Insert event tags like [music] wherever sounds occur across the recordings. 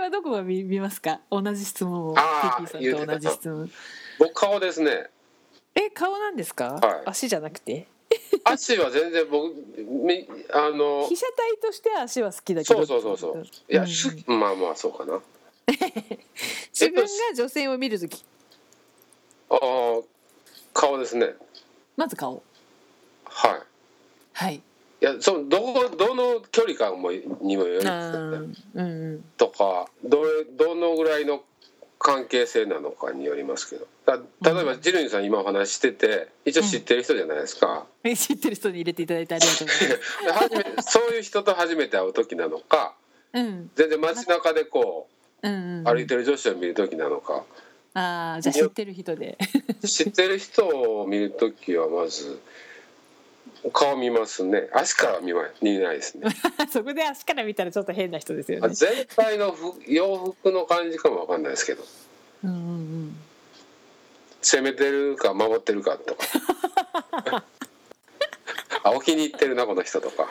はどこが見見ますか同じ質問をテあーィーさんと同じ質問僕顔で [laughs] すねえ顔なんですか、はい足じゃなくて足は全然僕みあの被写体としては足は好きだけどそうそうそうそううんいや、うんすまあまあそうかな自分が女性を見るときああ顔ですねまず顔はいはいいやそのどこどの距離感もにもうよるんですよねんうんとかどれどのぐらいの関係性なのかによりますけどた例えばジルニーさん今お話ししてて一応知ってる人じゃないですか、え知ってる人に入れていただいてありがとうございますで [laughs] 初めそういう人と初めて会う時なのかうん全然街中でこうんううん歩いてる女子を見る時なのかああじゃあ知ってる人で [laughs] 知ってる人を見る時はまず顔見ますね足から見ま見ないです [laughs] ねそこで足から見たらちょっと変な人ですよあね全体のふ洋服の感じかもわかんないですけどうんうん攻めてるか守ってるかとか [laughs] あお気に入ってるなこの人とか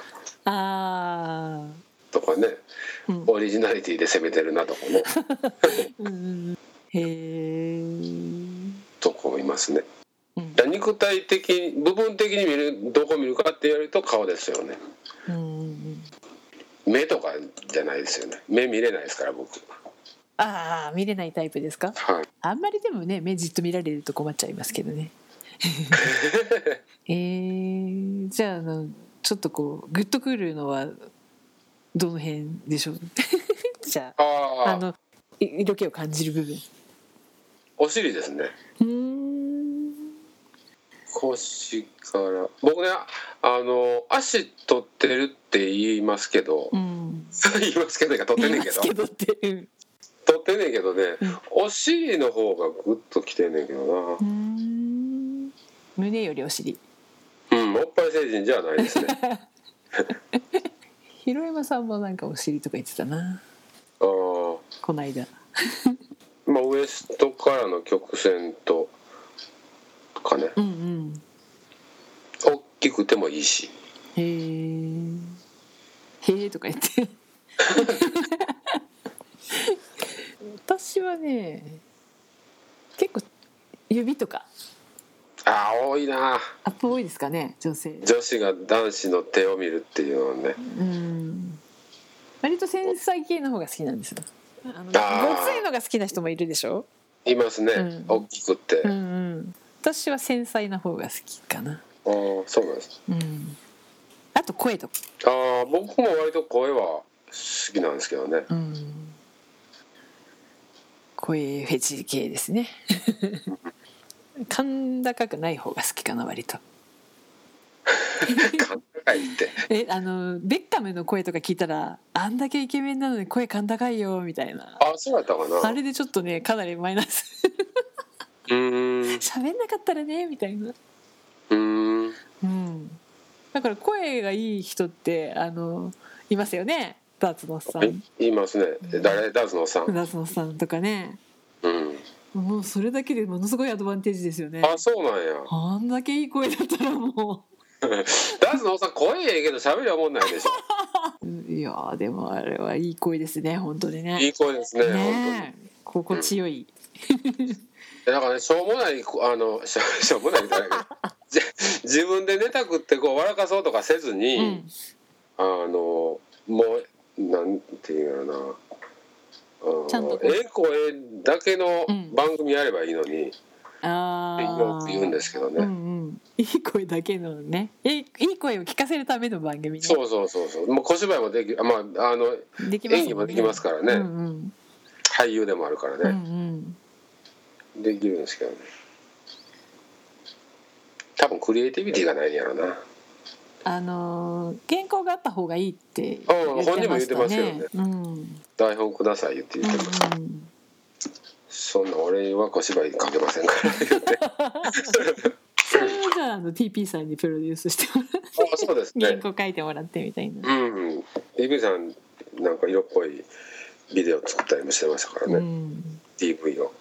うんああとかねうんオリジナリティで攻めてるなとか [laughs] ねうんうんうんへえうんとこいますね肉体的に部分的に見るどこ見るかってやると顔ですよねうんうん目とかじゃないですよね目見れないですから僕ああ見れないタイプですかはいあんまりでもね目じっと見られると困っちゃいますけど [laughs] ねえー、じゃああのちょっとこうグッとくるのはどの辺でしょう [laughs] じゃああああのい色気を感じる部分お尻ですねうーん腰から僕ねあの足取ってるって言いますけど、うん [laughs] 言いますけどね取ってん言いねんまけすどけどってうん取ってんねんけどね、うんお尻の方がグッときてんねんけどうーん胸よりお尻なうんおっぱい成人じゃないです [laughs] ね広山さんもなんかお尻とか言ってたなあーこないだまあウエストからの曲線とかねうんうん大きくてもいいしへえへえとか言って私はね結構指とかあー多いなアップ多いですかね女性女子が男子の手を見るっていうのはねうん割と繊細系の方が好きなんですよあのごーついのが好きな人もいるでしょいますね、うん大きくって、うんあうん私は繊細な方が好きかなーそうなんですうんあと声とかあー僕も割と声は好きなんですけどねうん声フェチ系ですね [laughs] 甲高くない方が好きかな割と考えってえあのベッカムの声とか聞いたらあんだけイケメンなのに声甲高いよみたいなあそうやったかなあれでちょっとねかなりマイナス [laughs] うーんう喋んなかったらねみたいなーんうんだから声がいい人ってあのいますよねダーツのおっさんえ言いますねえ誰ダンスのおっさん、ダーツのおっさんとかねうん、もうそれだけでものすごいアドバンテージですよねあそうなんやあんだけいい声だったらもダンスのおっさん声ええけど喋りはおもんないでしょういやーでもあれはいい声ですね本当に [laughs] ねいい声ですねねえ心地よい、本当になんかねしょうもないあのしょしょうもないみたいな [laughs] じ自分で寝たくってこう笑かそうとかせずに、うんあのもうなんていうのかなあのちゃんとこうええ声だけのうん番組やればいいのに、ああよく言うんですけどね、うんうん、いい声だけのねいいいい声を聞かせるための番組ねそうそうそうそうもう小芝居もできるあまああのできます演技もできますからね、うんうん俳優でもあるからうんうね、ん、できるんですけどね多分クリエイティビティがないんやろなあのー原稿があった方がいいってう言んってま本人も言しってたますよねね。うんうん台本ください言って言っても、うんそんな俺は小芝居かけませんから [laughs] 言ってそれをじゃああの TP さんにプロデュースしてもらってあそうです原ね稿書いてもらってみたいな。うんリビさんなんか色っぽいビデオ作ったりもしてましたからね、うん、 DV を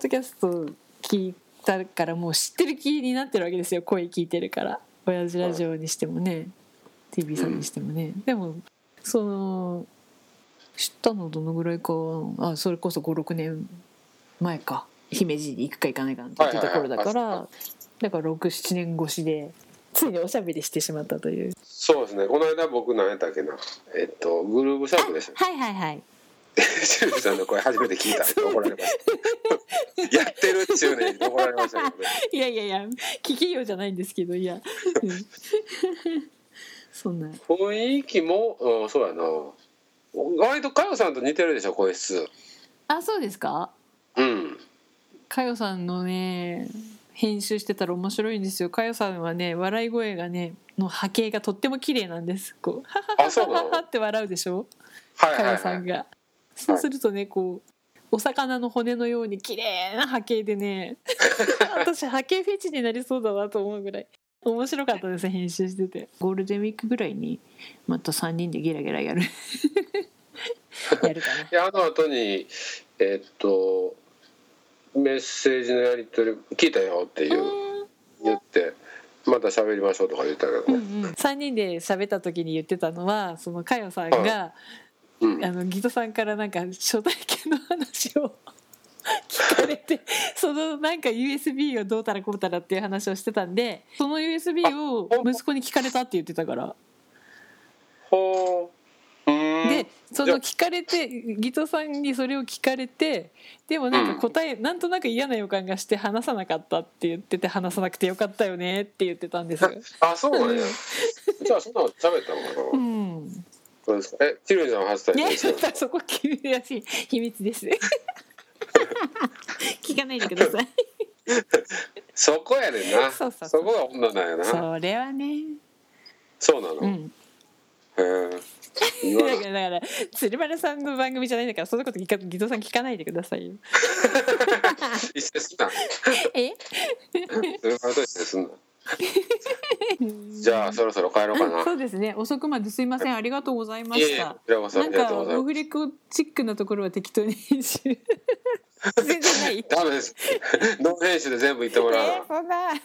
キャスト聞いたからもう知ってる気になってるわけですよ声聞いてるから親父ラジオにしてもね、TV さんにしてもね、でもその知ったのどのぐらいかあそれこそ56年前か姫路に行くか行かないかって言ってた頃だから、はいはいはだから67年越しでついにおしゃべりしてしまったというそうですねこの間僕何やったっけなえっとグルーブシャープでしたはいはいはいシュウジさんの声初めて [laughs] 聞いたって怒られましたやってるっちゅうねんって怒られましたけどねいやいやいや聞きようじゃないんですけどいや、うん [laughs] そんな雰囲気も、うん、そうやな割と佳代さんと似てるでしょ声質あそうですかうんかよさんのね編集してたら面白いんですよかよさんはね笑い声がねの波形がとっても綺麗なんですこうハハハあそうなハ [laughs] のハって笑うでしょはいかはいよさはんいがそうするとねこうお魚の骨のように綺麗な波形で [laughs] ね私波形フェチになりそうだわと思うぐらい面白かったです編集しててゴールデンウィークぐらいにまた3人でゲラゲラや [laughs] るやるかなであの後にえっとメッセージのやり取り聞いたよっていう言ってまた喋りましょうとか言ったけど、うんうん、3人で喋った時に言ってたのはその佳代さんが、うんあのギトさんからなんか初体験の話を [laughs] 聞かれてそのなんか USB をどうたらこうたらっていう話をしてたんでその USB を息子に聞かれたって言ってたから。ほううーんでその聞かれてギトさんにそれを聞かれてでもなんか答え、なんとなく嫌な予感がして話さなかったって言ってて話さなくてよかったよねって言ってたん [laughs] ですよ。あそうなんやうんじゃあそんなの喋ったのかうな、んそうですかえチルニさんは初体験ね、でちょすっとそこ君らしい秘密です。 [laughs] 聞かないでください。そこやねんなそうそうそうこが女なんやなそう [laughs] それはね、なの、うへん、えだ [laughs] 言かわならだから鶴丸さんの番組じゃないんだから、そのことギギトさん聞かないでくださいよ。一緒にすんなえ、それからどうしてすんなじゃあそろそろ帰ろうかな、そうですね、遅くまですいません、ありがとうございまいえいしえこた。ちらこそあなりんがとうかございオますフレコチックなところは適 [laughs] 当に編集。全然ない。ダメ [laughs] ですノー編集で全部言ってもらわなえそんな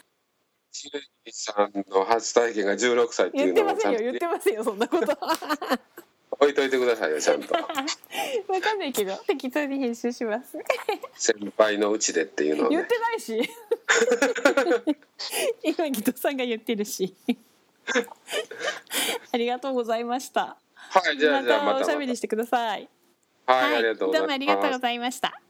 チルニさんの初体験が16歳ってい言っうてのまをちせゃんんよと言ってませんよそんなこと [laughs] わ置いといてくださいよちゃんとかんないけど適当に編集します先輩のうちでっていうのを言っねてない [laughs] し今ギトさんが言ってるしありがとうございましたはいじゃあじゃあままたたおしゃべりしてくださいはいありがとうごどざうもありいがとうまごすざいました